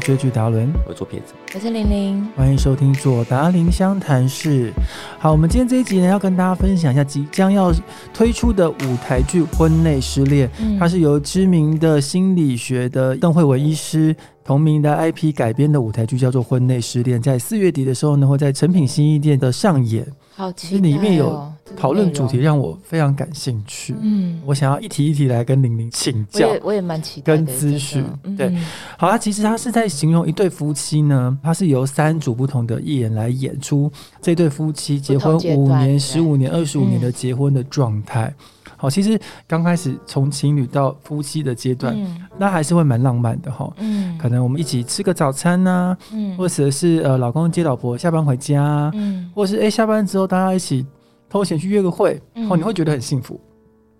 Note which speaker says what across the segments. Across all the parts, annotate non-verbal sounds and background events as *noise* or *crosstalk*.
Speaker 1: 追剧达伦，
Speaker 2: 我做骗子，
Speaker 3: 我是玲玲。
Speaker 1: 欢迎收听左达林湘谈室。好，我们今天这一集呢，要跟大家分享一下即将要推出的舞台剧《婚内失恋》，
Speaker 3: 嗯
Speaker 1: 它是由知名的心理学的邓慧文医师同名的 IP 改编的舞台剧，叫做《婚内失恋》。在四月底的时候呢，会在诚品新一店的上演。
Speaker 3: 好
Speaker 1: 其
Speaker 3: 期
Speaker 1: 实
Speaker 3: 待、哦、
Speaker 1: 里面有
Speaker 3: 这个
Speaker 1: 讨论
Speaker 3: 内
Speaker 1: 主
Speaker 3: 容
Speaker 1: 题，让我非常感兴趣，
Speaker 3: 嗯，
Speaker 1: 我想要一题一题来跟玲玲请
Speaker 3: 我
Speaker 1: 教。
Speaker 3: 也我也蛮期待的
Speaker 1: 跟资讯
Speaker 3: 真的
Speaker 1: 对
Speaker 3: 嗯
Speaker 1: 好啦，其实他是在形容一对夫妻呢，他是由三组不同的艺人来演出这对夫妻结婚
Speaker 3: 不同阶
Speaker 1: 五
Speaker 3: 段
Speaker 1: 年、
Speaker 3: 对
Speaker 1: 十五年、二十五年的
Speaker 3: 嗯
Speaker 1: 结婚的状态。好，其实刚开始从情侣到夫妻的阶段，
Speaker 3: 嗯
Speaker 1: 那还是会蛮浪漫的哈。
Speaker 3: 嗯
Speaker 1: 可能我们一起吃个早餐呐、
Speaker 3: 嗯
Speaker 1: 或者是呃老公接老婆下班回家啊、
Speaker 3: 嗯
Speaker 1: 或是诶下班之后大家一起偷闲去约个会，
Speaker 3: 嗯
Speaker 1: 哦，你会觉得很幸福。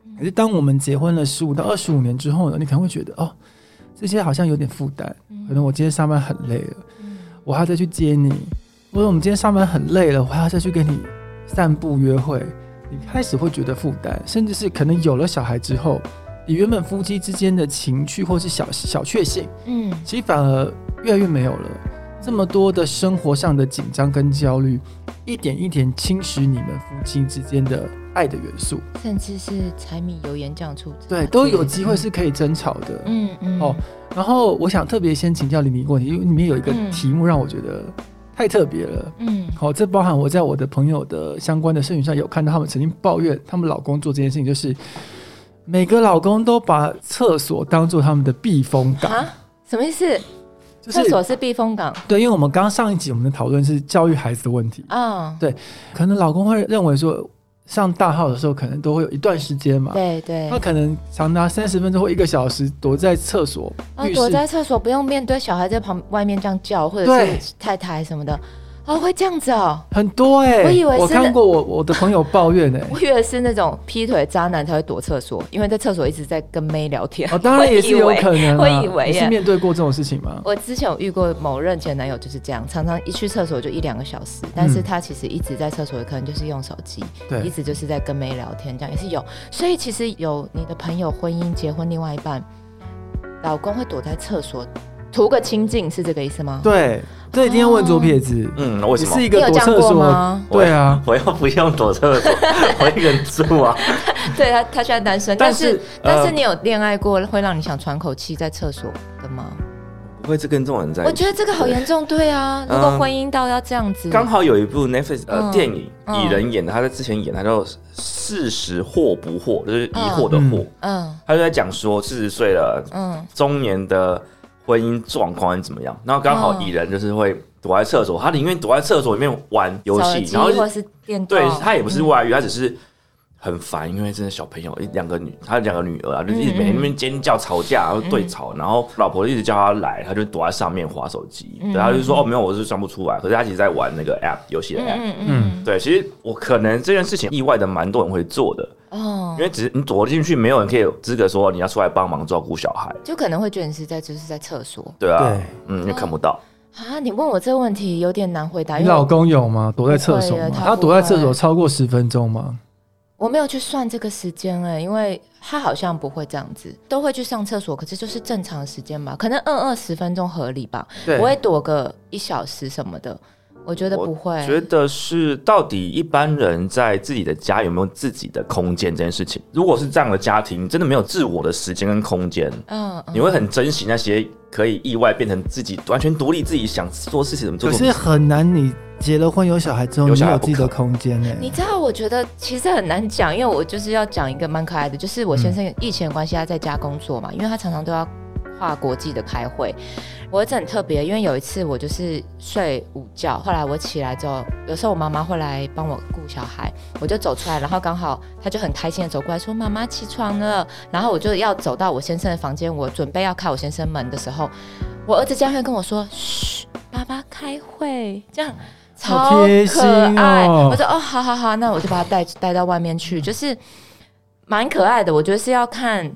Speaker 3: 嗯
Speaker 1: 可是当我们结婚了十五到二十五年之后呢，你可能会觉得哦，这些好像有点负担。
Speaker 3: 嗯
Speaker 1: 可能我今天上班很累了，我还要再去接你；或者我们今天上班很累了，我还要再去跟你散步约会。你开始会觉得负担，甚至是可能有了小孩之后，你原本夫妻之间的情趣或是小小确幸，
Speaker 3: 嗯
Speaker 1: 其实反而越来越没有了。这么多的生活上的紧张跟焦虑，一点一点侵蚀你们夫妻之间的爱的元素。
Speaker 3: 甚至是柴米油盐酱醋茶
Speaker 1: 对，都有机会是可以争吵的。
Speaker 3: 嗯嗯
Speaker 1: 哦然后我想特别先请教李明一个问题，因为里面有一个
Speaker 3: 嗯
Speaker 1: 题目让我觉得太特别了。
Speaker 3: 嗯
Speaker 1: 好、这包含我在我的朋友的相关的社群上有看到，他们曾经抱怨他们老公做这件事情，就是每个老公都把厕所当做他们的避风港，
Speaker 3: 啊什么意思？
Speaker 1: 就是
Speaker 3: 厕所是避风港
Speaker 1: 对，因为我们刚刚上一集我们的讨论是教育孩子的问题，
Speaker 3: 啊、
Speaker 1: 可能老公会认为说上大号的时候可能都会有一段时间嘛，
Speaker 3: 对对
Speaker 1: 他，可能长达三十分钟或一个小时躲在厕所、
Speaker 3: 啊
Speaker 1: 浴室
Speaker 3: 躲在厕所不用面对小孩在旁外面这样叫，或者
Speaker 1: 对
Speaker 3: 是太太什么的，哦会这样子哦，
Speaker 1: 很多哎、
Speaker 3: 我以为是
Speaker 1: 看过我我的朋友抱
Speaker 3: *laughs*
Speaker 1: 怨哎、
Speaker 3: 我以为是那种劈腿渣男才会躲厕所，因为在厕所一直在跟妹聊天。
Speaker 1: 哦，当然也是有可能啦。
Speaker 3: 我以为我以啊哦为
Speaker 1: 你是
Speaker 3: 耶
Speaker 1: 面对过这种事情吗？
Speaker 3: 我之前有遇过某任前男友就是这样，常常一去厕所就一两个小时，但
Speaker 2: 嗯
Speaker 3: 是他其实一直在厕所，可能就是用手机，一
Speaker 1: 对，
Speaker 3: 直就是在跟妹聊天，这样也是有。所以其实有你的朋友婚姻结婚，另外一半老公会躲在厕所图个清静，是这个意思吗？， *laughs*
Speaker 1: 对，这一定要问左撇子，
Speaker 2: 嗯，为
Speaker 1: 你
Speaker 2: 什么
Speaker 1: 是？一
Speaker 3: 你
Speaker 1: 个
Speaker 3: 有
Speaker 1: 躲
Speaker 3: 这样
Speaker 1: 厕
Speaker 3: 过
Speaker 1: 所，
Speaker 3: 吗？
Speaker 1: 对啊，
Speaker 2: 我又不用躲厕所，我一个人住
Speaker 1: *laughs*
Speaker 2: 啊。
Speaker 3: 对他，他现在单身，
Speaker 1: 但
Speaker 3: 但
Speaker 1: 是
Speaker 3: 是但
Speaker 2: 呃
Speaker 3: 是你有恋爱过会让你想喘口气在厕所的吗？
Speaker 2: 不会是跟这种人在一起？
Speaker 3: 我觉得这个好严重，对
Speaker 2: *laughs*
Speaker 3: 啊，如果婚姻到要这样子，
Speaker 2: 嗯刚好有一部 Netflix 呃、
Speaker 3: 嗯
Speaker 2: 电影，
Speaker 3: 嗯
Speaker 2: 蚁人演的，他在之前演，他叫《事实惑不惑》，就是疑惑的惑。
Speaker 3: 嗯
Speaker 2: 他就在讲说，四十岁了，
Speaker 3: 嗯
Speaker 2: 中年的婚姻状况是怎么样。然后刚好
Speaker 3: 嗯
Speaker 2: 蚁人就是会躲在厕所，他宁愿躲在厕所里面玩游
Speaker 3: 手
Speaker 2: 戏，
Speaker 3: 机
Speaker 2: 然后
Speaker 3: 或
Speaker 2: 是
Speaker 3: 是电
Speaker 2: 对
Speaker 3: 动
Speaker 2: 他也不是外遇，
Speaker 3: 嗯
Speaker 2: 他只是。很烦，因为真的小朋友一两个女，他有两个女儿啊，就是一
Speaker 3: 嗯
Speaker 2: 直每天那边尖叫吵架，然后对吵，然后老婆一直叫他来，他就躲在上面划手机，
Speaker 3: 嗯
Speaker 2: 对，他就说哦没有，我是算不出来，可是他其实在玩那个 app 游戏的 app，、
Speaker 3: 嗯嗯
Speaker 2: 对，其实我可能这件事情意外的蛮多人会做的，
Speaker 3: 嗯，哦
Speaker 2: 因，为只是你躲进去，没有人可以有资格说你要出来帮忙照顾小孩，
Speaker 3: 就可能会觉得你是在就是在厕所
Speaker 2: 对啊，
Speaker 1: 对
Speaker 2: 嗯，因为看不到，
Speaker 3: 啊。你问我这个问题有点难回答，
Speaker 1: 你
Speaker 3: 因为
Speaker 1: 老
Speaker 3: 我
Speaker 1: 公有吗？躲在厕所吗
Speaker 3: 哎不会耶？啊
Speaker 1: 他
Speaker 3: 他
Speaker 1: 躲在厕
Speaker 3: 不
Speaker 1: 所
Speaker 3: 会
Speaker 1: 超过十分钟吗？
Speaker 3: 我没有去算这个时间哎、因为他好像不会这样子，都会去上厕所，可是就是正常时间吧，可能二二十分钟合理吧，
Speaker 1: 对
Speaker 3: 不会躲个一小时什么的，我觉得不会。
Speaker 2: 觉得是到底一般人在自己的家有没有自己的空间这件事情，如果是这样的家庭，真的没有自我的时间跟空间，
Speaker 3: 嗯，嗯
Speaker 2: 你会很珍惜那些可以意外变成自己完全独立，自己想做事情怎么做
Speaker 1: 可
Speaker 2: 怎么做。
Speaker 1: 是很难，你结了婚有小孩之后，
Speaker 2: 有
Speaker 1: 你
Speaker 2: 小孩
Speaker 1: 有
Speaker 2: 不
Speaker 1: 自己的
Speaker 2: 可
Speaker 1: 空间欸呢。
Speaker 3: 你知道，我觉得其实很难讲，因为我就是要讲一个蛮可爱的，就是我先生疫情的关系，他在家工作嘛，因为他常常都要跨国际的开会。我儿子很特别，因为有一次我就是睡午觉，后来我起来之后，有时候我妈妈会来帮我顾小孩，我就走出来，然后刚好他就很开心的走过来说：“妈妈起床了。”然后我就要走到我先生的房间，我准备要开我先生门的时候，我儿子竟然会跟我说：“嘘，爸爸开会。”这样。
Speaker 1: 好
Speaker 3: 超
Speaker 1: 贴心
Speaker 3: 可爱，
Speaker 1: 哦
Speaker 3: 我说哦，好好好，那我就把他带带到外面去，就是蛮可爱的。我觉得是要看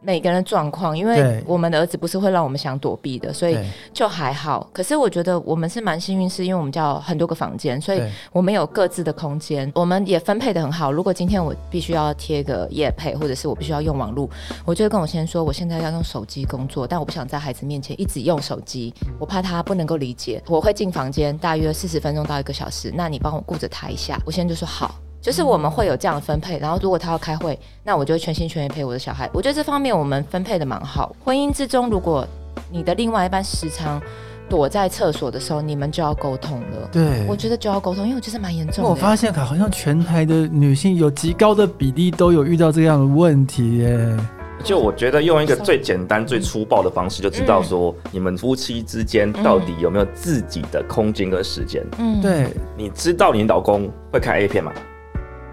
Speaker 3: 每个人的状况，因为
Speaker 1: 对
Speaker 3: 我们的儿子不是会让我们想躲避的，所以
Speaker 1: 对
Speaker 3: 就还好。可是我觉得我们是蛮幸运，是因为我们家有很多个房间，所以
Speaker 1: 对
Speaker 3: 我们有各自的空间，我们也分配的很好。如果今天我必须要贴个夜配，或者是我必须要用网络，我就会跟我先生说，我现在要用手机工作，但我不想在孩子面前一直用手机，我怕他不能够理解。我会进房间，大约四十分钟到一个小时，那你帮我顾着他一下。我现在就说好。就是我们会有这样的分配，然后如果他要开会，那我就会全心全意陪我的小孩。我觉得这方面我们分配的蛮好。婚姻之中，如果你的另外一半时常躲在厕所的时候，你们就要沟通了。
Speaker 1: 对，
Speaker 3: 我觉得就要沟通，因为我觉得蛮严重
Speaker 1: 我
Speaker 3: 的。
Speaker 1: 发现好像全台的女性有极高的比例都有遇到这样的问题耶。
Speaker 3: 嗯
Speaker 2: 就我觉得用一个最简单、最粗暴的方式，就知道说你们夫妻之间到底有没有自己的空间跟时间。
Speaker 3: 嗯，
Speaker 1: 对，
Speaker 2: 你知道你老公会看 A 片吗？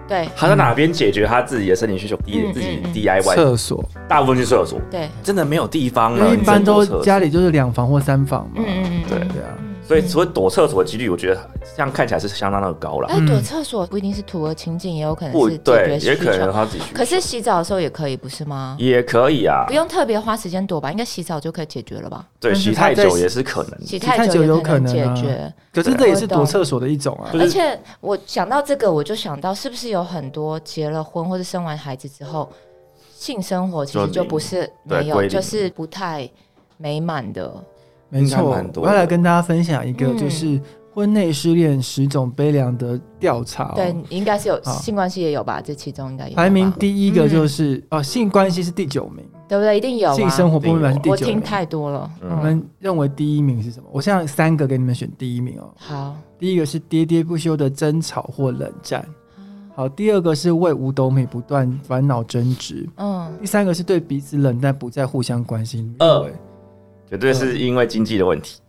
Speaker 3: 对
Speaker 2: 他在哪边解决他自己的身体需求？也自己
Speaker 3: 嗯嗯
Speaker 2: DIY，
Speaker 1: 厕所
Speaker 2: 大部分去厕所，
Speaker 3: 对，
Speaker 2: 真的没有地方
Speaker 1: 因为
Speaker 2: 了。
Speaker 1: 一般
Speaker 2: 你只能躲
Speaker 1: 都
Speaker 2: 厕所
Speaker 1: 家里就是两房或三房嘛
Speaker 3: 嗯。嗯嗯，
Speaker 2: 对
Speaker 1: 对啊，
Speaker 2: 所以所以躲厕所的几率，我觉得这样看起来是相当的高了。
Speaker 1: 嗯
Speaker 3: 哎，躲厕所不一定是图的情境，也有可能
Speaker 2: 不
Speaker 3: 是
Speaker 2: 对，
Speaker 3: 解决需
Speaker 2: 也可能
Speaker 3: 求。
Speaker 2: 他自己去，
Speaker 3: 可是洗澡的时候也可以，不是吗？
Speaker 2: 也可以啊
Speaker 3: 不。用特别花时间躲吧，应该洗澡就可以解决了吧？
Speaker 2: 对，
Speaker 1: 但是
Speaker 2: 洗
Speaker 1: 他
Speaker 2: 太
Speaker 1: 在
Speaker 2: 久也是可能的。
Speaker 3: 洗
Speaker 1: 太
Speaker 3: 太
Speaker 1: 久
Speaker 3: 久
Speaker 1: 有
Speaker 3: 也
Speaker 1: 可
Speaker 3: 可能
Speaker 1: 能
Speaker 3: 解
Speaker 1: 啊
Speaker 3: 决。
Speaker 1: 可是这也是躲厕所的一种啊
Speaker 2: 就。是
Speaker 3: 而且我想到这个，我就想到是不是有很多结了婚或者生完孩子之后，性生活其
Speaker 2: 就
Speaker 3: 实
Speaker 2: 零
Speaker 3: 就不是没
Speaker 2: 对哦归
Speaker 3: 有，
Speaker 2: 零
Speaker 3: 就是不太美满的。
Speaker 1: 没错
Speaker 2: 应该蛮，多
Speaker 1: 我
Speaker 2: 的
Speaker 1: 要来跟大家分享一个，
Speaker 3: 嗯
Speaker 1: 就是婚内失恋十种悲凉的调查、哦。
Speaker 3: 对，应该是有
Speaker 1: 好
Speaker 3: 性关系也有吧？这其中应该有吧
Speaker 1: 排名第一个就是、哦，性关系是第九名，
Speaker 3: 对不对？一定嗯有啊。
Speaker 1: 性生活不美满是第
Speaker 3: 我
Speaker 1: 九名
Speaker 3: 听。太多了。
Speaker 1: 我
Speaker 3: 嗯，
Speaker 1: 们认为第一名是什么？我现在三个给你们选第一名哦。
Speaker 3: 好，
Speaker 1: 第一个是喋喋不休的争吵或冷战，好，第二个是为五斗米不断烦恼争执，
Speaker 3: 嗯，
Speaker 1: 第三个是对彼此冷淡不再互相关心。
Speaker 2: 二
Speaker 1: 对
Speaker 2: 绝对是因为经济的问题。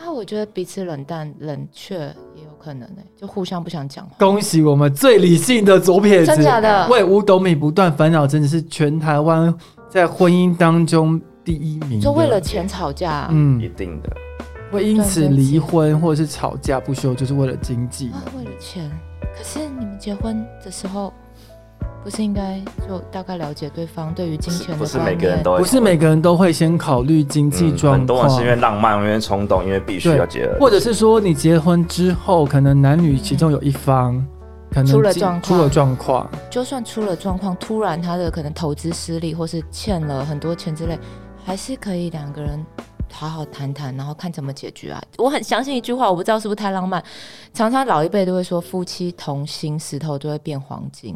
Speaker 3: 啊，我觉得彼此冷淡、冷却也有可能呢、欸就互相不想讲话。
Speaker 1: 恭喜我们最理性的左撇子，
Speaker 3: 真假的
Speaker 1: 为五斗米不断烦恼，真的是全台湾在婚姻当中第一名的。
Speaker 3: 就为了钱吵架，
Speaker 1: 嗯
Speaker 2: 一，定的，
Speaker 1: 会因此离婚或者是吵架不休，就是为了经济。
Speaker 3: 啊，为了钱。可是你们结婚的时候，不是应该就大概了解对方对于金
Speaker 2: 是
Speaker 3: 钱
Speaker 2: 不
Speaker 3: 的
Speaker 2: 是
Speaker 3: 观
Speaker 2: 每个人
Speaker 3: 念
Speaker 2: 都会
Speaker 1: 不是每个人都会先考虑经济
Speaker 2: 嗯
Speaker 1: 状
Speaker 2: 很多人
Speaker 1: 况，
Speaker 2: 是因为浪漫，因为冲动，因为必须
Speaker 1: 对
Speaker 2: 要结合，
Speaker 1: 或者是说你结婚之后，可能男女其中有一方可能
Speaker 3: 出了
Speaker 1: 经
Speaker 3: 状况嗯
Speaker 1: 出了状况，
Speaker 3: 就算出了状况，突然他的可能投资失利，或是欠了很多钱之类，还是可以两个人好好谈谈，然后看怎么解决啊。我很相信一句话，我不知道是不是太浪漫，常常老一辈都会说“夫妻同心，石头就会变黄金”。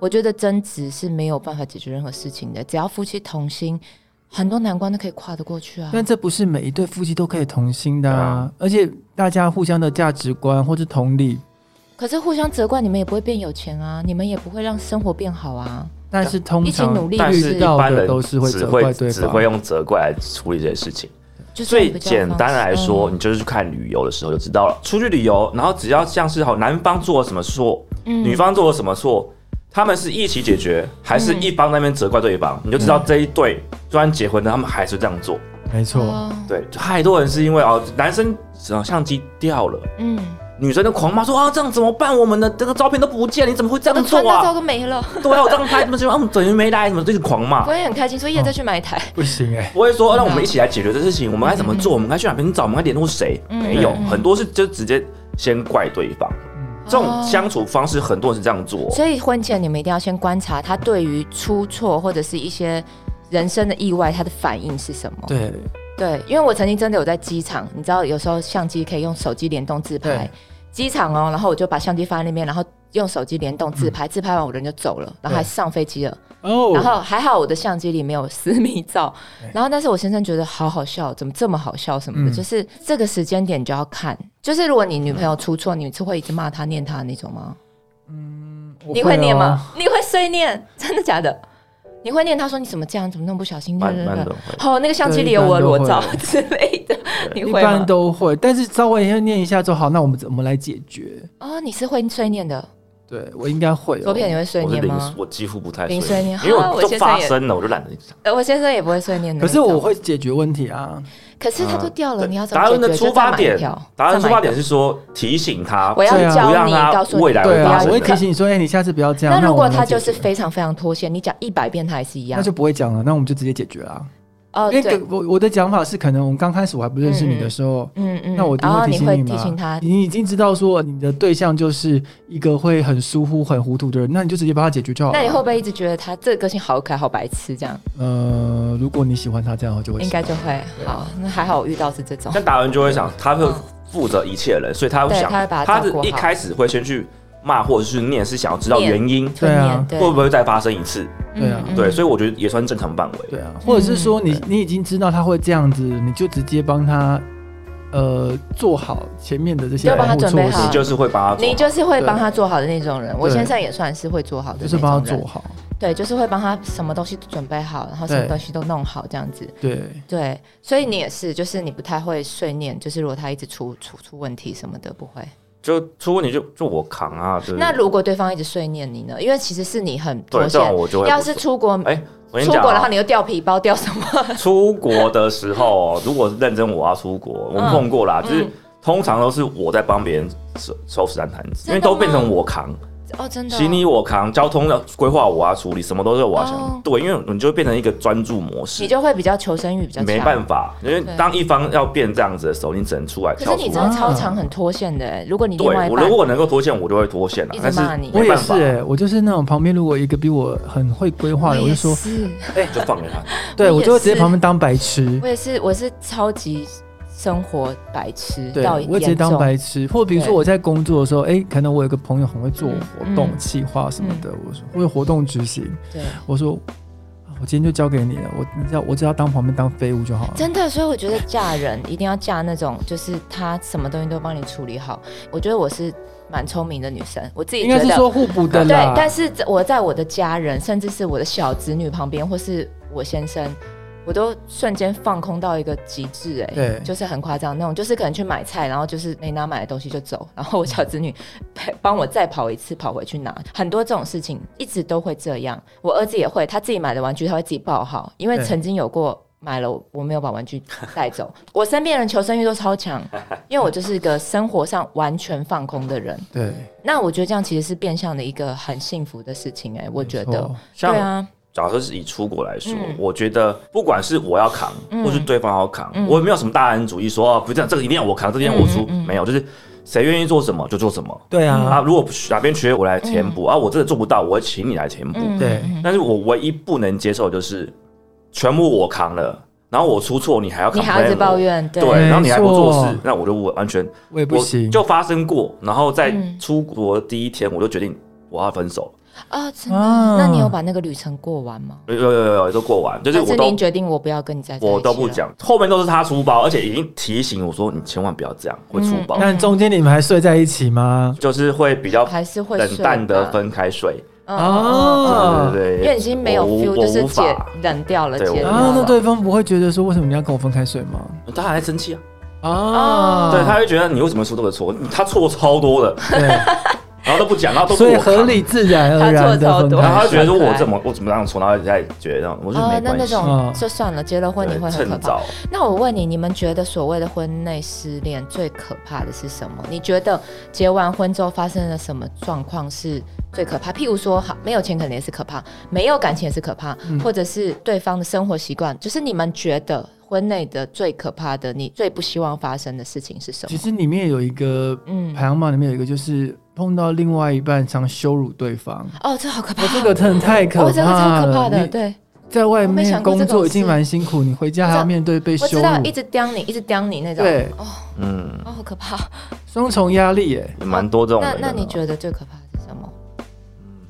Speaker 3: 我觉得争执是没有办法解决任何事情的，只要夫妻同心，很多难关都可以跨得过去啊。
Speaker 1: 但这不是每一对夫妻都可以同心的啊
Speaker 2: 啊！
Speaker 3: 嗯
Speaker 1: 而且大家互相的价值观或是同理，
Speaker 3: 可是互相责怪，你们也不会变有钱啊，你们也不会让生活变好啊。
Speaker 1: 但是通
Speaker 3: 一起
Speaker 1: 常
Speaker 3: 努力
Speaker 2: 但是
Speaker 1: 遇
Speaker 2: 一
Speaker 1: 到
Speaker 2: 般
Speaker 1: 的
Speaker 2: 人
Speaker 1: 都是会
Speaker 2: 只
Speaker 1: 责怪
Speaker 2: 会
Speaker 1: 对
Speaker 2: 只会
Speaker 1: 方。
Speaker 2: 用责怪来处理这些事情。
Speaker 3: 就是
Speaker 2: 最
Speaker 3: 嗯比较
Speaker 2: 简
Speaker 3: 方
Speaker 2: 单的来
Speaker 3: 式嗯
Speaker 2: 说，，你就是去看旅游的时候就知道了。出去旅游，然后只要像是好男方做了什么错，
Speaker 3: 嗯
Speaker 2: 女方做了什么错，他们是一起解决，还
Speaker 3: 嗯
Speaker 2: 是一方那边责怪对方，你就知道这一对虽然结婚了，他们还是这样做。
Speaker 1: 没
Speaker 3: 嗯
Speaker 1: 错，
Speaker 3: 哦
Speaker 2: 对，太多人是因为哦，男生哦相机掉了，
Speaker 3: 嗯，
Speaker 2: 女生就狂骂说啊，这样怎么办？我们的这个照片都不见，你怎么会这
Speaker 3: 我
Speaker 2: 样
Speaker 3: 穿
Speaker 2: 做
Speaker 3: 到照
Speaker 2: 啊？
Speaker 3: 都没了。
Speaker 2: 对啊，我这样拍，怎么就啊，等于没来，怎么就是狂
Speaker 3: *laughs*
Speaker 2: 骂
Speaker 3: 我。也很开心，所以也再去买一台。
Speaker 1: 不行哎，
Speaker 2: 不会说，哦让我们一起来解决这事情，我们该怎么做？我们该去哪边找？我们该联络谁？
Speaker 3: 嗯
Speaker 2: 没有
Speaker 3: 嗯，
Speaker 2: 很多是就直接先怪对方。这种
Speaker 3: 哦
Speaker 2: 相处方式，很多人是这样做。
Speaker 3: 所以婚前你们一定要先观察他对于出错或者是一些人生的意外，他的反应是什么。
Speaker 1: 对，
Speaker 3: 对，因为我曾经真的有在机场，你知道有时候相机可以用手机联动自拍
Speaker 1: 对，
Speaker 3: 机场哦，然后我就把相机放在那边，然后用手机联动自拍，自拍完我人就走了，然后还
Speaker 1: 嗯对
Speaker 3: 上飞机了。然
Speaker 1: 哦，
Speaker 3: 后还好我的相机里没有私密照
Speaker 1: 对，
Speaker 3: 然后但是我先生觉得好好笑，怎么这么好笑什么的，
Speaker 1: 嗯
Speaker 3: 就是这个时间点你就要看，就是如果你女朋友出错，你是会一直骂她、念她的那种吗？你会念
Speaker 1: 哦
Speaker 3: 吗？？你会碎念？真的假的？你会念她说你怎么这样，怎么那么不小心？
Speaker 2: 蛮
Speaker 3: 对对
Speaker 2: 蛮
Speaker 3: 对
Speaker 2: 多人会
Speaker 3: 哦，那个相机里有我的裸照
Speaker 1: 对一
Speaker 3: 之类的，你
Speaker 1: 一
Speaker 3: 会
Speaker 1: 般
Speaker 3: 吗？
Speaker 1: 都会，但是稍微要念一下就好。那我们怎么来解决？
Speaker 3: 哦，你是会碎念的，
Speaker 1: 对我应该会、哦。
Speaker 3: 左撇你会碎
Speaker 2: 我是
Speaker 3: 念
Speaker 2: 零
Speaker 3: 吗，？
Speaker 2: 我几乎不太
Speaker 3: 零
Speaker 2: 睡
Speaker 3: 碎
Speaker 2: 念
Speaker 3: 念，
Speaker 2: 因为
Speaker 3: 啊
Speaker 2: 我
Speaker 3: 我
Speaker 2: 都
Speaker 3: 先生
Speaker 2: 发
Speaker 3: 也
Speaker 2: 声了，我就懒得讲。
Speaker 3: 呃，我先生也不会碎念的。
Speaker 1: 可是我，会解决问题啊，
Speaker 3: 可是他都掉了，
Speaker 2: 对
Speaker 3: 呃你要怎
Speaker 2: 答
Speaker 3: 么解
Speaker 2: 案的
Speaker 3: 决？
Speaker 2: 出
Speaker 3: 就再
Speaker 2: 发
Speaker 3: 买一
Speaker 2: 点
Speaker 3: 条，
Speaker 2: 答案的出
Speaker 3: 再买
Speaker 2: 发点。
Speaker 3: 一条
Speaker 2: 是说提醒他，
Speaker 3: 我要
Speaker 2: 不
Speaker 1: 对啊
Speaker 3: 教
Speaker 2: 让
Speaker 3: 你，
Speaker 2: 他
Speaker 3: 告诉你
Speaker 2: 未来
Speaker 3: 不
Speaker 1: 对
Speaker 2: 会
Speaker 3: 要
Speaker 1: 啊，
Speaker 2: 发
Speaker 1: 我
Speaker 2: 生
Speaker 1: 会
Speaker 2: 的
Speaker 1: 提醒你说，哎、你下次不要这样。
Speaker 3: 那如果
Speaker 1: 我们
Speaker 3: 他
Speaker 1: 来解
Speaker 3: 就
Speaker 1: 决
Speaker 3: 是非常非常脱线，你讲一百遍他还是一样
Speaker 1: 那。就不会讲了，那我们就直接解决啦。
Speaker 3: 哦，
Speaker 1: 因
Speaker 3: 对，
Speaker 1: 为我我的讲法是，可能我们刚开始我还不认识你的时候，
Speaker 3: 嗯嗯。
Speaker 1: 那我一定
Speaker 3: 然后
Speaker 1: 会提
Speaker 3: 你
Speaker 1: 醒
Speaker 3: 会
Speaker 1: 嘛。
Speaker 3: 提醒他，
Speaker 1: 你已经知道说你的对象就是一个会很疏忽、很糊涂的人，那你就直接帮他解决就好了。
Speaker 3: 那你会不会一直觉得他这个个性好可爱、好白痴这样？
Speaker 1: 呃，如果你喜欢他这样的话，就会
Speaker 3: 应该就会好。那还好我遇到是这种，
Speaker 2: 但达文就会想，他会
Speaker 3: 嗯
Speaker 2: 负责一切的人，所以他
Speaker 3: 对
Speaker 2: 想，
Speaker 3: 他会把它
Speaker 2: 他
Speaker 3: 照
Speaker 2: 的
Speaker 3: 顾好
Speaker 2: 一开始会先去骂或者是念，是想要知道
Speaker 3: 念
Speaker 2: 原因
Speaker 3: 吞
Speaker 1: 对啊
Speaker 3: 念对嗯
Speaker 2: 会不会再发生一次。
Speaker 1: 对啊
Speaker 2: 对，所
Speaker 3: 以
Speaker 2: 以我觉得也算正常范围。
Speaker 1: 对啊，或者是
Speaker 3: 嗯
Speaker 1: 说你你已经知道他会这样子，你就直接帮他呃做好前面的这些
Speaker 3: 就
Speaker 1: 保
Speaker 3: 帮他
Speaker 1: 护
Speaker 3: 准备
Speaker 1: 措
Speaker 3: 好
Speaker 1: 施
Speaker 2: 你，就是会帮他做好，
Speaker 3: 你就是会
Speaker 1: 对
Speaker 3: 帮他做好的那种人。我
Speaker 1: 对
Speaker 3: 先生也算是会做好的
Speaker 1: 就
Speaker 3: 那
Speaker 1: 是
Speaker 3: 种人，
Speaker 1: 帮他做好。
Speaker 3: 对，就是会帮他什么东西都准备好，然后什么
Speaker 1: 对
Speaker 3: 东西都弄好这样子。
Speaker 1: 对，
Speaker 3: 对，所以你也是，就是你不太会碎念，就是如果他一直出出出问题什么的，不会。
Speaker 2: 就出问题就就我扛啊。对
Speaker 3: 那如果对方一直碎念你呢？因为其实是你很
Speaker 2: 对
Speaker 3: 妥
Speaker 2: 这
Speaker 3: 协
Speaker 2: 种。我就会
Speaker 3: 要是出国，
Speaker 2: 哎，我跟你
Speaker 3: 出
Speaker 2: 讲
Speaker 3: 国然后
Speaker 2: 啊，
Speaker 3: 你又掉皮包，掉什么？ *laughs*
Speaker 2: 出国的时候，哦如果是认真我要出国，我们
Speaker 3: 嗯
Speaker 2: 碰过啦，就是
Speaker 3: 嗯
Speaker 2: 通常都是我在帮别人收收拾烂摊子，因
Speaker 3: 真的
Speaker 2: 为都变
Speaker 3: 吗
Speaker 2: 成我扛。
Speaker 3: 哦，真的哦、
Speaker 2: 行李我扛，交通要规划我要处理，什么都是我要想。
Speaker 3: 哦
Speaker 2: 对，因为你就会变成一个专注模
Speaker 3: 你
Speaker 2: 式，
Speaker 3: 就会比较求生欲比较强。
Speaker 2: 没办法，因为当一方要变这样子的时候，你只能出来
Speaker 3: 可是
Speaker 2: 跳
Speaker 3: 你
Speaker 2: 出
Speaker 3: 真
Speaker 2: 来。
Speaker 3: 的超常很脱线的、欸，如果你另外
Speaker 2: 对，
Speaker 3: 一
Speaker 2: 我
Speaker 3: 半
Speaker 2: 如果能够脱线，我就会脱线了
Speaker 3: 一。
Speaker 2: 但
Speaker 3: 直
Speaker 2: 是
Speaker 3: 骂你
Speaker 1: 我
Speaker 2: 没
Speaker 1: 也
Speaker 2: 办
Speaker 1: 是
Speaker 2: 法，
Speaker 1: 哎、我就是那种旁边如果一个比我很会规划的，我就说，嗯
Speaker 3: 是
Speaker 2: 哎就放给他。
Speaker 1: 对
Speaker 3: 我
Speaker 1: 我
Speaker 3: 也
Speaker 1: 就会直接
Speaker 3: 是
Speaker 1: 旁边当白痴
Speaker 3: 我，也是，我是超级生活白痴
Speaker 1: 对，
Speaker 3: 到
Speaker 1: 我会直接
Speaker 3: 严
Speaker 1: 当
Speaker 3: 重。
Speaker 1: 白痴。或比如说
Speaker 3: 对
Speaker 1: 我在工作的时候，哎、可能我有个朋友很会做活动、
Speaker 3: 嗯
Speaker 1: 企划什么的，我说我有活动执行，
Speaker 3: 对，
Speaker 1: 我说啊我今天就交给你了，我你知道我只要当旁边当废物就好了。
Speaker 3: 真的，所以我觉得嫁人一定要嫁那种，就是她什么东西都帮你处理好。我觉得我是蛮聪明的女生，我自己
Speaker 1: 应
Speaker 3: 觉
Speaker 1: 该是
Speaker 3: 得
Speaker 1: 说互补的
Speaker 3: 对，
Speaker 1: 啦。
Speaker 3: 但是我在我的家人，甚至是我的小侄女旁边，或是我先生。我都瞬间放空到一个极致、哎，
Speaker 1: 对
Speaker 3: 就是很夸张那种，就是可能去买菜，然后就是没拿买的东西就走，然后我小侄女陪帮我再跑一次，跑回去拿，很多这种事情一直都会这样。我儿子也会，他自己买的玩具他会自己报好，因为
Speaker 1: 对
Speaker 3: 曾经有过买了我没有把玩具带走，我身边人求生欲都
Speaker 1: *laughs*
Speaker 3: 超强，因为我就是一个生活上完全放空的人。
Speaker 1: 对，
Speaker 3: 那我觉得这样其实是变相的一个很幸福的事情、哎，我觉
Speaker 1: 没
Speaker 3: 得
Speaker 1: 错，
Speaker 3: 对
Speaker 2: 像
Speaker 3: 啊，
Speaker 2: 假设是以出国来说，
Speaker 3: 嗯
Speaker 2: 我觉得不管是我要扛，
Speaker 3: 嗯
Speaker 2: 或是对方要扛，
Speaker 3: 嗯
Speaker 2: 我也没有什么大男人主义说，哦不这样这个一定要我扛，这个一定要我出，
Speaker 3: 嗯嗯嗯
Speaker 2: 没有，就是谁愿意做什么就做什么。
Speaker 1: 对
Speaker 2: 啊，
Speaker 1: 啊，
Speaker 2: 如果哪边缺我来填补、啊，我真的做不到，我会请你来填补。
Speaker 3: 嗯，
Speaker 1: 对
Speaker 3: 嗯
Speaker 2: 但是我唯一不能接受就是全部我扛了，然后我出错你还要
Speaker 3: 你
Speaker 2: complain
Speaker 3: 还要一直抱怨，对
Speaker 2: 我，对，
Speaker 1: 没
Speaker 2: 然后你还不做
Speaker 1: 错
Speaker 2: 事，那我就完全
Speaker 1: 我也不行
Speaker 2: 我。就发生过，然后在
Speaker 3: 嗯
Speaker 2: 出国第一天我就决定我要分手，
Speaker 3: 啊，真的
Speaker 1: 啊
Speaker 3: 那你有把那个旅程过完吗？
Speaker 2: 有有有有都过完，就是
Speaker 3: 还
Speaker 2: 我
Speaker 3: 是
Speaker 2: 都
Speaker 3: 您决定我不要跟你在一起了
Speaker 2: 我都不，讲，后面都是他出包，而且已经提醒我说你千万不要这样，会
Speaker 3: 嗯
Speaker 2: 出包，
Speaker 1: 那中间你们还睡在一起吗？
Speaker 2: 就是会比较
Speaker 3: 还是会
Speaker 2: 冷淡
Speaker 3: 睡吧
Speaker 2: 的，分开睡，
Speaker 3: 嗯，
Speaker 1: 啊哦，
Speaker 2: 对对
Speaker 3: 嗯嗯
Speaker 2: 对，
Speaker 3: 因为已经没有
Speaker 2: 我无
Speaker 3: feel，
Speaker 2: 我
Speaker 3: 就是
Speaker 2: 无
Speaker 3: 解
Speaker 2: 法，
Speaker 3: 冷掉了，
Speaker 2: 对
Speaker 3: 解
Speaker 2: 我
Speaker 3: 掉
Speaker 1: 啊，那
Speaker 3: 了，
Speaker 1: 对方不会觉得说为什么你要跟我分开睡吗？
Speaker 2: 他还在生气啊，
Speaker 3: 嗯
Speaker 1: 啊，
Speaker 2: 对，
Speaker 3: 哦
Speaker 2: 他会觉得你为什么出这个错，他错超多的，
Speaker 3: *laughs*
Speaker 1: 对，
Speaker 2: 然后都不讲，然后都
Speaker 1: 所以
Speaker 2: 我扛
Speaker 1: 合理自然而然的分
Speaker 3: 他做得超多
Speaker 2: 然后他
Speaker 1: 开
Speaker 2: 就。觉得说我怎么我怎么样从哪里在觉得这样，我说
Speaker 3: 哦
Speaker 2: 没
Speaker 3: 那那
Speaker 2: 关系，
Speaker 3: 种
Speaker 1: 嗯
Speaker 3: 就算了，结了婚你
Speaker 2: 对
Speaker 3: 会很可
Speaker 2: 趁
Speaker 3: 怕。
Speaker 2: 早。
Speaker 3: 那我问你，你们觉得所谓的婚内失恋最可怕的是什么？你觉得结完婚之后发生了什么状况是最可怕？譬如说，好，没有钱可能也是可怕，没有感情也是可怕，
Speaker 1: 嗯
Speaker 3: 或者是对方的生活习惯，就是你们觉得婚内的最可怕的，你最不希望发生的事情是什
Speaker 1: 其
Speaker 3: 么？
Speaker 1: 实里面有一个
Speaker 3: 嗯，
Speaker 1: 排行榜，里面有一个就是碰到另外一半想羞辱对方，
Speaker 3: 哦，这好可怕，
Speaker 1: 我这个真的太可
Speaker 3: 哦，这个
Speaker 1: 怕
Speaker 3: 超可怕
Speaker 1: 了。
Speaker 3: 的，
Speaker 1: 你
Speaker 3: 对，
Speaker 1: 在外
Speaker 3: 我没
Speaker 1: 面
Speaker 3: 想过这
Speaker 1: 工
Speaker 3: 种
Speaker 1: 作已
Speaker 3: 事
Speaker 1: 经蛮辛苦，你回家还要面对被
Speaker 3: 我
Speaker 1: 羞
Speaker 3: 知
Speaker 1: 辱，
Speaker 3: 道，一直刁你，一直刁你那种，
Speaker 1: 对
Speaker 3: 哦，
Speaker 2: 嗯，
Speaker 3: 哦，好可怕。
Speaker 1: 双重压力耶。
Speaker 2: 也蛮多这种
Speaker 3: 那
Speaker 2: 人的
Speaker 3: 那你
Speaker 2: 呢
Speaker 3: 觉得最可怕的是什么？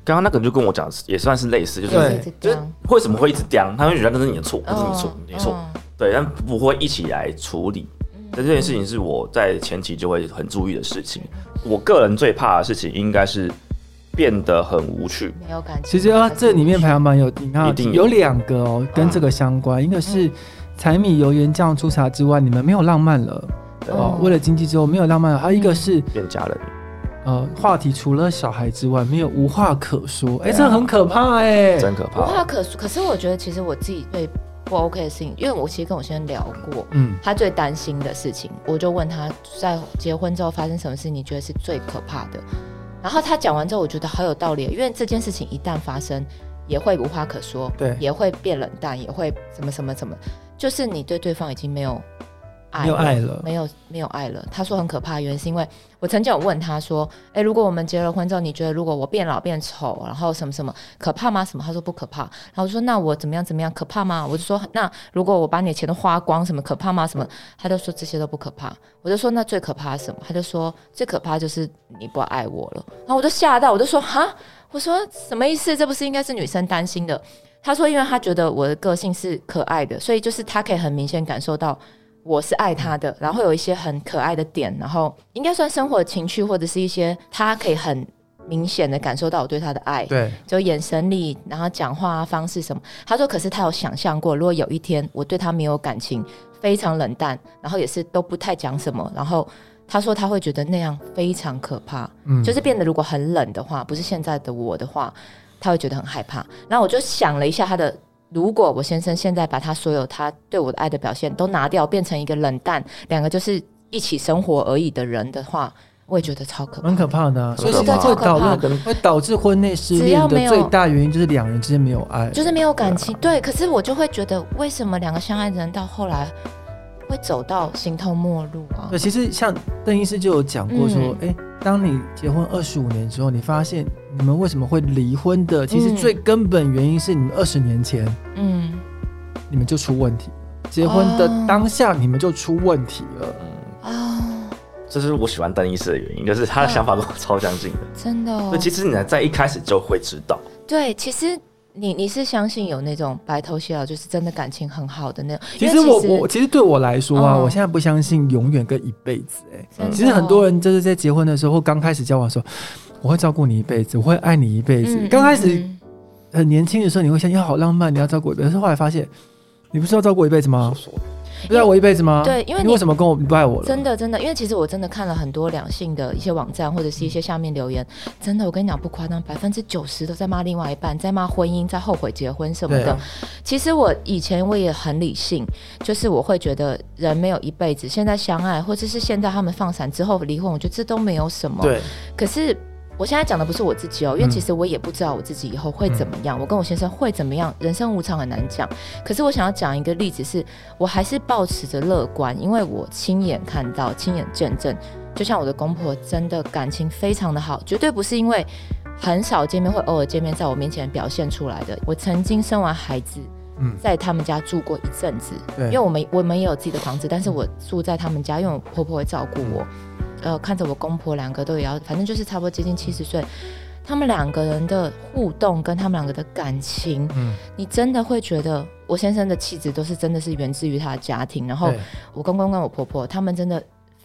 Speaker 2: 刚刚那个人就跟我讲，也算是类似，就
Speaker 1: 对
Speaker 2: 是就是为什么会一直刁，他会觉得那是你的错，那是你
Speaker 3: 哦
Speaker 2: 错，你错，
Speaker 3: 嗯
Speaker 2: 对，但不会一起来处理。但这件事情是我在前期就会很注意的事情。我个人最怕的事情应该是变得很无趣，
Speaker 3: 没有感情。
Speaker 1: 其实啊，这里面排行榜有你
Speaker 2: 一
Speaker 1: 看啊
Speaker 2: 定有
Speaker 1: 有两个哦，跟这个相关，一个
Speaker 3: 嗯
Speaker 1: 是柴米油盐酱醋茶之外，你们没有浪漫了
Speaker 2: 对
Speaker 1: 哦
Speaker 3: 嗯。
Speaker 1: 为了经济之后没有浪漫了，还有一个是
Speaker 2: 变家人，
Speaker 1: 呃话题除了小孩之外没有无话可说，
Speaker 3: 啊
Speaker 1: 哎、这很可怕哎、
Speaker 2: 真可
Speaker 3: 无话
Speaker 2: 怕。
Speaker 3: 啊可说。可是我觉得，其实我自己最不 OK 的事情，因为我其实跟我先生聊过，
Speaker 1: 嗯，
Speaker 3: 他最担心的事情，我就问他在结婚之后发生什么事，你觉得是最可怕的？然后他讲完之后，我觉得好有道理，因为这件事情一旦发生，也会无话可说，
Speaker 1: 对
Speaker 3: 也会变冷淡，也会什么什么什么，就是你对对方已经没有爱，
Speaker 1: 没有爱了
Speaker 3: 没有没有爱了。他说很可怕，原因是因为我曾经有问他说，诶，如果我们结了婚之后，你觉得如果我变老变丑，然后什么什么可怕吗？什么？他说不可怕。然后我说那我怎么样怎么样可怕吗？我就说那如果我把你的钱都花光，什么可怕吗？什么？他就说这些都不可怕。我就说那最可怕是什么？他就说最可怕就是你不爱我了。然后我就吓到，我就说哈，我说什么意思？这不是应该是女生担心的？他说因为他觉得我的个性是可爱的，所以就是他可以很明显感受到。我是爱他的，然后有一些很可爱的点，然后应该算生活情趣或者是一些他可以很明显的感受到我对他的爱，
Speaker 1: 对，
Speaker 3: 就眼神里，然后讲话啊方式什么。他说，可是他有想象过，如果有一天我对他没有感情，非常冷淡，然后也是都不太讲什么，然后他说他会觉得那样非常可怕，
Speaker 1: 嗯
Speaker 3: 就是变得如果很冷的话，不是现在的我的话，他会觉得很害怕。然后我就想了一下他的。如果我先生现在把他所有他对我的爱的表现都拿掉，变成一个冷淡，两个就是一起生活而已的人的话，我也觉得超可怕。
Speaker 1: 蛮可怕的、啊，所以
Speaker 2: 很
Speaker 1: 这
Speaker 2: 可怕
Speaker 1: 会导
Speaker 3: 很
Speaker 2: 可
Speaker 1: 会导致婚内失恋
Speaker 3: 只要没
Speaker 1: 的
Speaker 3: 有
Speaker 1: 最大原因就是两人之间没有爱，
Speaker 3: 就是没有感情。对，可是我就会觉得，为什么两个相爱的人到后来会走到形同陌路啊
Speaker 1: 对，？其实像邓医师就有讲过说，
Speaker 3: 嗯
Speaker 1: 哎、当你结婚二十五年之后，你发现你们为什么会离婚的，其实
Speaker 3: 嗯
Speaker 1: 最根本原因是你们二十年前
Speaker 3: 嗯，
Speaker 1: 你们就出问题，结婚的
Speaker 3: 哦
Speaker 1: 当下你们就出问题了。
Speaker 3: 哦，
Speaker 2: 这是我喜欢邓医师的原因，就是他的想法跟我超相近的。
Speaker 3: 真的哦
Speaker 2: 所以，其实你在一开始就会知道，
Speaker 3: 对，其实你你是相信有那种白头偕老，就是真的感情很好的那种。
Speaker 1: 其
Speaker 3: 因
Speaker 1: 实
Speaker 3: 为
Speaker 1: 我我其实对我来说啊，
Speaker 3: 嗯
Speaker 1: 我现在不相信永远跟一辈子、哎、
Speaker 3: 真的
Speaker 1: 其实很多
Speaker 3: 哦
Speaker 1: 人就是在结婚的时候，或刚开始交往的时候，我会照顾你一辈子，我会爱你一辈子。
Speaker 3: 嗯
Speaker 1: 刚开始
Speaker 3: 嗯
Speaker 1: 很年轻的时候，你会想，要好浪漫，你要照顾我，可是后来发现，你不是要照顾我一辈子吗？不是爱我一辈子吗？
Speaker 3: 对因
Speaker 1: 啊
Speaker 3: 为
Speaker 1: 你
Speaker 3: 你
Speaker 1: 为什么跟我你不爱我了？
Speaker 3: 真的真的，因为其实我真的看了很多两性的一些网站或者是一些下面留言，真的我跟你讲不夸张，百分之九十都在骂另外一半，在骂婚姻，在后悔结婚什么
Speaker 1: 对
Speaker 3: 的。
Speaker 1: 啊
Speaker 3: 其实我以前我也很理性，就是我会觉得人没有一辈子，现在相爱或者是现在他们放闪之后离婚，我觉得这都没有什么。
Speaker 1: 对，
Speaker 3: 可是我现在讲的不是我自己哦，因为
Speaker 1: 嗯
Speaker 3: 其实我也不知道我自己以后会怎么样，我跟我先生会怎么样，人生无常很难讲。可是我想要讲一个例子是，我还是保持着乐观，因为我亲眼看到，亲眼见证，就像我的公婆真的感情非常的好，绝对不是因为很少见面会偶尔见面，在我面前表现出来的。我曾经生完孩子。
Speaker 1: 嗯
Speaker 3: 在他们家住过一阵子，
Speaker 1: 对嗯
Speaker 3: 因为我们我们也有自己的房子，但是我住在他们家，因为我婆婆会照顾我，呃，看着我公婆两个都也要，反正就是差不多接近七十岁，他们两个人的互动跟他们两个的感情，
Speaker 1: 嗯，
Speaker 3: 你真的会觉得我先生的气质都是真的是源自于他的家庭，然后
Speaker 1: 对
Speaker 3: 我公公跟我婆婆他们真的。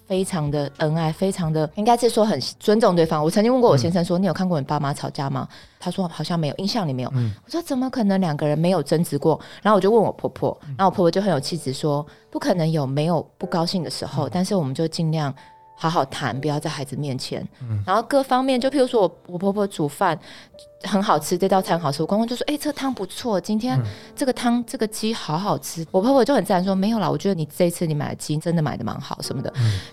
Speaker 3: 非常的恩爱，非常的应该是说很尊重对方。我曾经问过我先生说：“你有看过你爸妈吵架吗？”他说：“好像没有，印象里没有。
Speaker 1: 嗯
Speaker 3: 我说：“怎么可能两个人没有争执过？”然后我就问我婆婆，然后我婆婆就很有气质说：“不可能有没有不高兴的时候，但是我们就尽量好好谈，不要在孩子面前。然后各方面，就譬如说我我婆婆煮饭很好吃，这道菜很好吃，我公公就说：‘哎、这个汤不错，今天这个汤这个鸡好好吃。’我婆婆就很自然说：‘没有啦，我觉得你这一次你买的鸡真的买的蛮好什么的，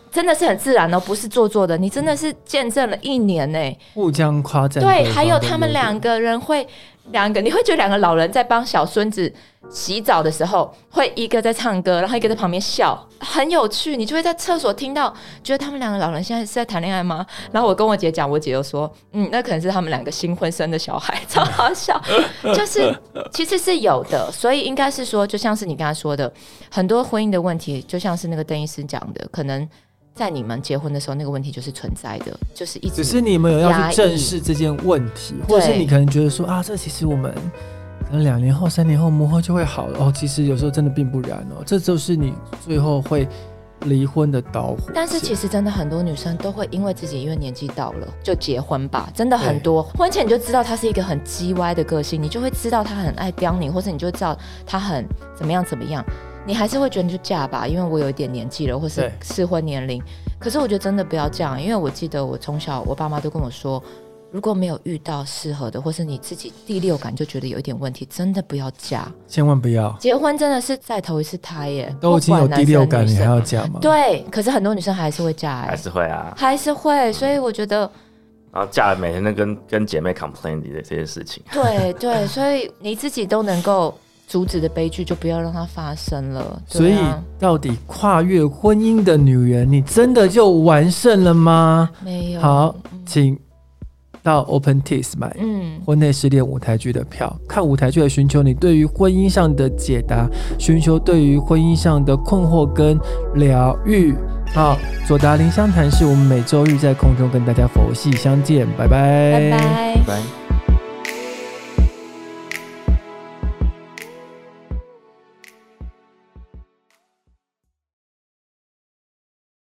Speaker 3: 真的是很自然哦，不是做作的。你真的是见证了一年呢、
Speaker 1: 互相夸赞。
Speaker 3: 对，还有他们两，个人会两嗯个，你会觉得两个老人在帮小孙子洗澡的时候，会一个在唱歌，然后一个在旁边笑，很有趣。你就会在厕所听到，觉得他们两个老人现在是在谈恋爱吗？然后我跟我姐讲，我姐就说，嗯，那可能是他们两个新婚生的小孩， *laughs* 超好笑。就是其实是有的，所以应该是说，就像是你刚才说的，很多婚姻的问题，就像是那个邓医师讲的，可能。在你们结婚的时候，那个问题就是存在的，就是一
Speaker 1: 只
Speaker 3: 直
Speaker 1: 是你们有要
Speaker 3: 压抑
Speaker 1: 去正视这件问题，或者是
Speaker 3: 对
Speaker 1: 你可能觉得说啊，这其实我们可能两年后、三年后磨合就会好了。哦，其实有时候真的并不然哦，这就是你最后会离婚的导火线。
Speaker 3: 但是其实真的很多女生都会因为自己因为年纪到了就结婚吧，真的很多。婚前你就知道她是一个很叽歪的个性，你就会知道她很爱刁你，或者你就知道她很怎么样怎么样。你还是会觉得你就嫁吧，因为我有一点年纪了，或是
Speaker 1: 对
Speaker 3: 适婚年龄。可是我觉得真的不要这样，因为我记得我从小我爸妈都跟我说，如果没有遇到适合的，或是你自己第六感就觉得有一点问题，真的不要嫁。
Speaker 1: 千万不要，
Speaker 3: 结婚真的是再投一次胎耶，
Speaker 1: 都已经有
Speaker 3: 不管
Speaker 1: 第六
Speaker 3: 男
Speaker 1: 感，
Speaker 3: 生
Speaker 1: 你
Speaker 3: 女
Speaker 1: 还
Speaker 3: 生
Speaker 1: 要讲吗？，
Speaker 3: 对，可是很多女生还是会嫁
Speaker 2: 嗯还
Speaker 3: 哎，
Speaker 2: 是会啊。
Speaker 3: 还是会，所以我觉得
Speaker 2: 然后嫁了，每天都跟跟姐妹 complain 的这件事情，
Speaker 3: 对对，所以你自己都能够阻止的悲剧，就不要让它发生了。
Speaker 1: 所
Speaker 3: 对
Speaker 1: 以
Speaker 3: 啊、
Speaker 1: 到底跨越婚姻的女人，你真的就完胜了吗？
Speaker 3: 没有
Speaker 1: 好，请到 Open Tees 买
Speaker 3: 嗯，
Speaker 1: 婚内失恋舞台剧的票，看舞台剧来寻求你对于婚姻上的解答，寻求对于婚姻上的困惑跟疗愈。好，左
Speaker 2: 哎
Speaker 1: 达林相谈是我们每周日在空中跟大家佛系相见，拜拜，
Speaker 3: 拜拜。
Speaker 2: 拜。